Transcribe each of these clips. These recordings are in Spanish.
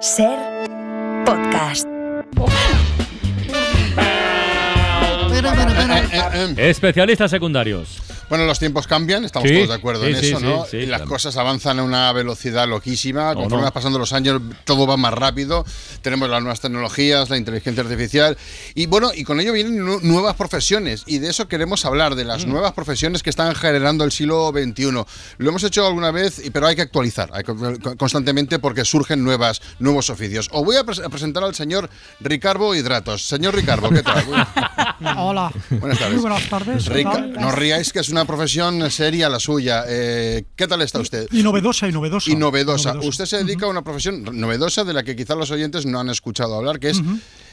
Ser podcast. Eh, eh, eh. Especialistas secundarios. Bueno, los tiempos cambian, estamos Sí, todos de acuerdo sí, en sí, eso, sí, ¿no? sí, Y las claro. cosas avanzan a una velocidad loquísima, No, conforme no. van pasando los años todo va más rápido, tenemos las nuevas tecnologías, la inteligencia artificial y bueno, y con ello vienen nu- nuevas profesiones y de eso queremos hablar, de Mm. las nuevas profesiones que están generando el siglo XXI. Lo hemos hecho alguna vez, y- pero hay que actualizar hay que- co- constantemente porque surgen nuevas, nuevos oficios. Os voy a, pres- a presentar al señor Ricardo Hidratos. Señor Ricardo, ¿qué tal? Hola. Buenas tardes. Muy buenas tardes. ¿qué Rica- tal? no ríais que es una profesión seria la suya. Eh, ¿Qué tal está usted? Y novedosa, y novedosa. Y novedosa. Novedosa. Usted se dedica a una profesión novedosa de la que quizás los oyentes no han escuchado hablar, que es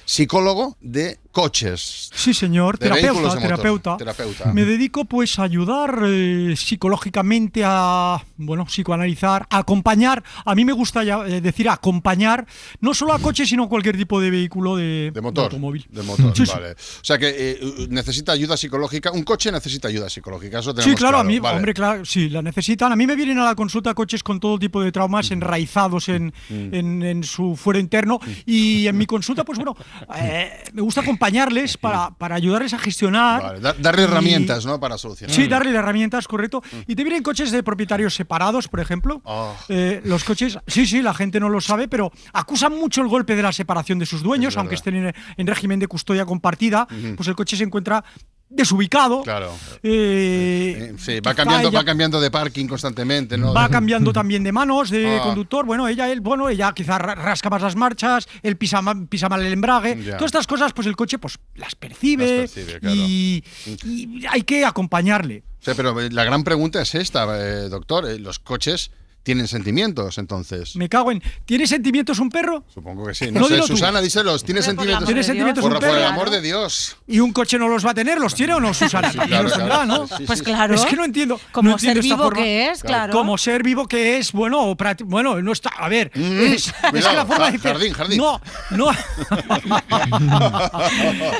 psicólogo de coches. Sí, señor. De vehículos terapeuta, de motor. terapeuta. Terapeuta. Me dedico pues a ayudar eh, psicológicamente a, bueno, psicoanalizar, a acompañar. A mí me gusta ya, eh, decir acompañar, no solo a coches, sino a cualquier tipo de vehículo de, De motor. automóvil. De motor, Sí, sí. vale. O sea que eh, necesita ayuda psicológica. Un coche necesita ayuda psicológica. Eso tenemos Sí, claro, a mí, vale. hombre, claro, sí, la necesitan. A mí me vienen a la consulta coches con todo tipo de Mm. traumas enraizados en, en- en su fuero interno y en mi consulta, pues bueno, eh, me gusta acompañarles para, para ayudarles a gestionar. Vale, da- Mm. darle Y- herramientas, ¿no? Para solucionar. Sí, darle las herramientas, correcto. Y te vienen coches de propietarios separados, por ejemplo. Mm. Oh. Eh, los coches, sí, sí, la gente no lo sabe, pero acusan mucho el golpe de la separación de sus dueños, Es aunque verdad. estén en, en régimen de custodia compartida, pues el coche se encuentra desubicado. Claro. Eh, Eh, Sí, va quizá cambiando, ella- va cambiando de parking constantemente, ¿no? Va cambiando también de manos, de Ah. conductor. Bueno, ella, él, bueno, ella quizás ra- rasca más las marchas, él pisa, ma- pisa mal el embrague. Ya. Todas estas cosas, pues el coche pues las percibe, Las percibe, claro. y, y hay que acompañarle. O sea, pero eh, la gran pregunta es esta, eh, doctor. Eh, Los coches tienen sentimientos, entonces. Me cago en. ¿Tiene sentimientos un perro? Supongo que sí. No, No, sé, dilo tú. Susana, díselos. ¿Tiene Hombre, por el sentimientos? amor de ¿Tiene Dios. sentimientos Por, un por el perro? amor de Dios. ¿Y un coche no los va a tener? ¿Los tiene o no, Susana? Sí, También claro, los claro. tendrá, ¿no? Sí, sí, Pues sí. claro. Es que no entiendo. Como no entiendo ser esta vivo forma- que es, claro. Como ser vivo que es, bueno, o prati- bueno, no está. A ver, es, es Mm, cuidado, que la forma ja- de decir- jardín, jardín. No, no.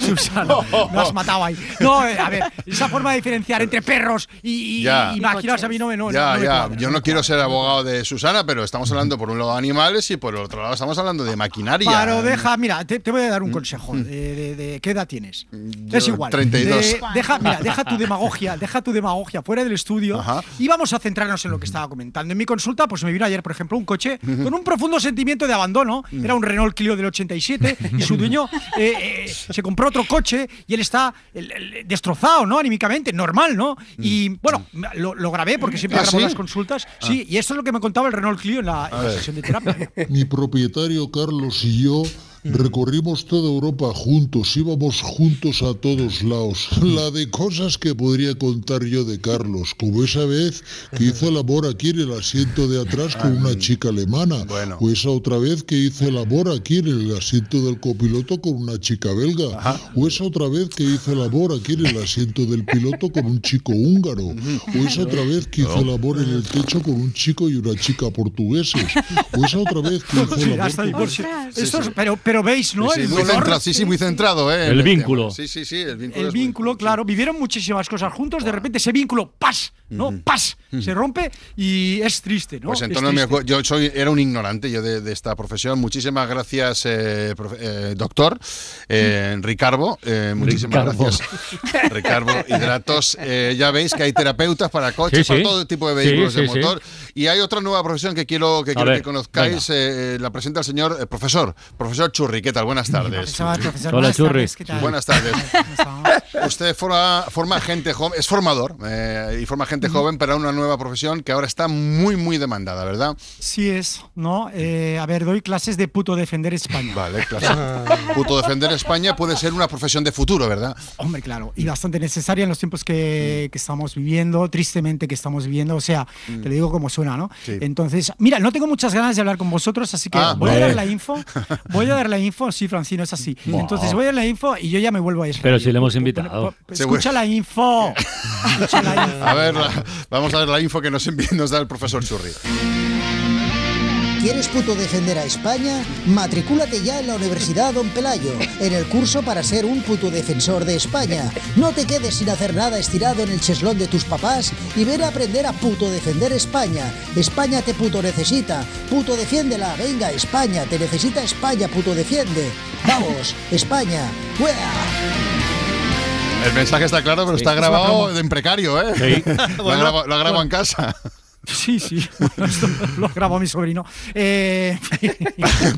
Susana, me has matado ahí. No, eh, a ver, esa forma de diferenciar entre perros y, y, Ya. y máquinas a mí no me. No, ya, no me ya. cuadra. Yo no quiero ser abogado de Susana, pero estamos hablando por un lado de animales y por el otro lado estamos hablando de maquinaria. Paro, deja, mira, te, te voy a dar un consejo. De, de- de- ¿Qué edad tienes? Mm. Yo, es igual. 32. De- deja, mira, deja tu demagogia, deja tu demagogia fuera del estudio Ajá. y vamos a centrarnos en lo que estaba comentando. En mi consulta, pues me vino ayer, por ejemplo, un coche con un profundo sentimiento de abandono. Mm. Era un Renault Clio del 87 y su dueño eh, eh, se compró otro coche y él está el- el- destrozado, ¿no? Anímicamente, normal, ¿no? Y bueno, lo, lo grabé porque siempre Mm. ¿Ah, grabo sí? las consultas. Sí, y esto es lo que me contaba el Renault Clio en la, en la ver. sesión de terapia. Mi propietario Carlos y yo recorrimos toda Europa juntos, íbamos juntos a todos lados. La de cosas que podría contar yo de Carlos, como esa vez que hizo el amor aquí en el asiento de atrás con una chica alemana, Bueno. o Pues esa otra vez que hizo el amor aquí en el asiento del copiloto con una chica belga, o esa otra vez que hizo el amor aquí en el asiento del piloto con un chico húngaro, o esa otra vez que hizo el amor en el techo con un chico y una chica portugueses, o esa otra vez que hizo Sí, el amor hasta ahí, con por si- esto es- pero, pero veis, ¿no? sí, el muy dolor, centrado, sí, sí, muy centrado, ¿eh? El en tema. vínculo. Sí, sí, sí, el vínculo. el es muy- vínculo, claro. Vivieron muchísimas cosas juntos, de repente ese vínculo, ¡pas! ¿No? ¡Pas! Se rompe y es triste, ¿no? Pues Es entonces me triste. acu- yo soy, era un ignorante yo de, de esta profesión. Muchísimas gracias, eh, profe- eh, doctor eh, Ricardo. eh, muchísimas Ricardo. gracias, Ricardo. Hidratos. Eh, ya veis que hay terapeutas para coches, Sí, sí. para todo tipo de vehículos Sí, de sí, sí. motor. Y hay otra nueva profesión que quiero que, A quiero ver, que conozcáis. eh, la presenta el señor eh, profesor, profesor Churri. ¿Qué tal? Buenas tardes. Profesor, profesor, Hola, buenas Churri. tardes, ¿qué tal? Buenas tardes. ¿Cómo estamos? Usted forma, forma gente joven, es formador eh, y forma gente joven para una nueva profesión que ahora está muy, muy demandada, ¿verdad? Sí es, ¿no? Eh, a ver, doy clases de puto defender España. Vale, claro. Puto defender España puede ser una profesión de futuro, ¿verdad? Hombre, claro, Mm. y bastante necesaria en los tiempos que, que estamos viviendo, tristemente que estamos viviendo, o sea, te lo digo como suena, ¿no? Mm. Sí. Entonces, mira, no tengo muchas ganas de hablar con vosotros, así que Ah, voy vale. a dar la info, voy a dar la info, sí, Francino, es así. Entonces voy a dar la info y yo ya me vuelvo a ir. Pero si le hemos invitado. Escucha la info. Escucha la info. A ver, la- vamos a ver la info que nos, envi- nos da el profesor Churri. ¿Quieres puto defender a España? Matricúlate ya en la Universidad Don Pelayo, en el curso para ser un puto defensor de España. No te quedes sin hacer nada estirado en el cheslón de tus papás y ven a aprender a puto defender España. España te puto necesita. Puto defiéndela. Venga, España, te necesita España, puto defiende. Vamos, España. ¡Wea! El mensaje está claro, pero está grabado en precario, Sí. ¿eh? lo, ha grabado, lo ha grabado en casa. Sí, sí. Esto lo grabó mi sobrino. Eh,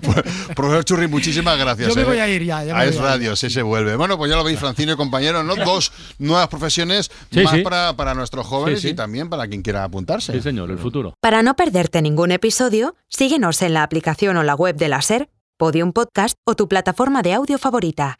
Pues, Profesor Churri, muchísimas gracias. Yo me ¿eh? voy a ir ya, ya me a voy Es a ir. Radio, sí se vuelve. Bueno, pues ya lo veis, Francino y compañero, ¿no? Dos nuevas profesiones Sí, más sí. Para, para nuestros jóvenes Sí, sí. y también para quien quiera apuntarse. Sí, señor, el futuro. Para no perderte ningún episodio, síguenos en la aplicación o la web de la SER, Podium Podcast o tu plataforma de audio favorita.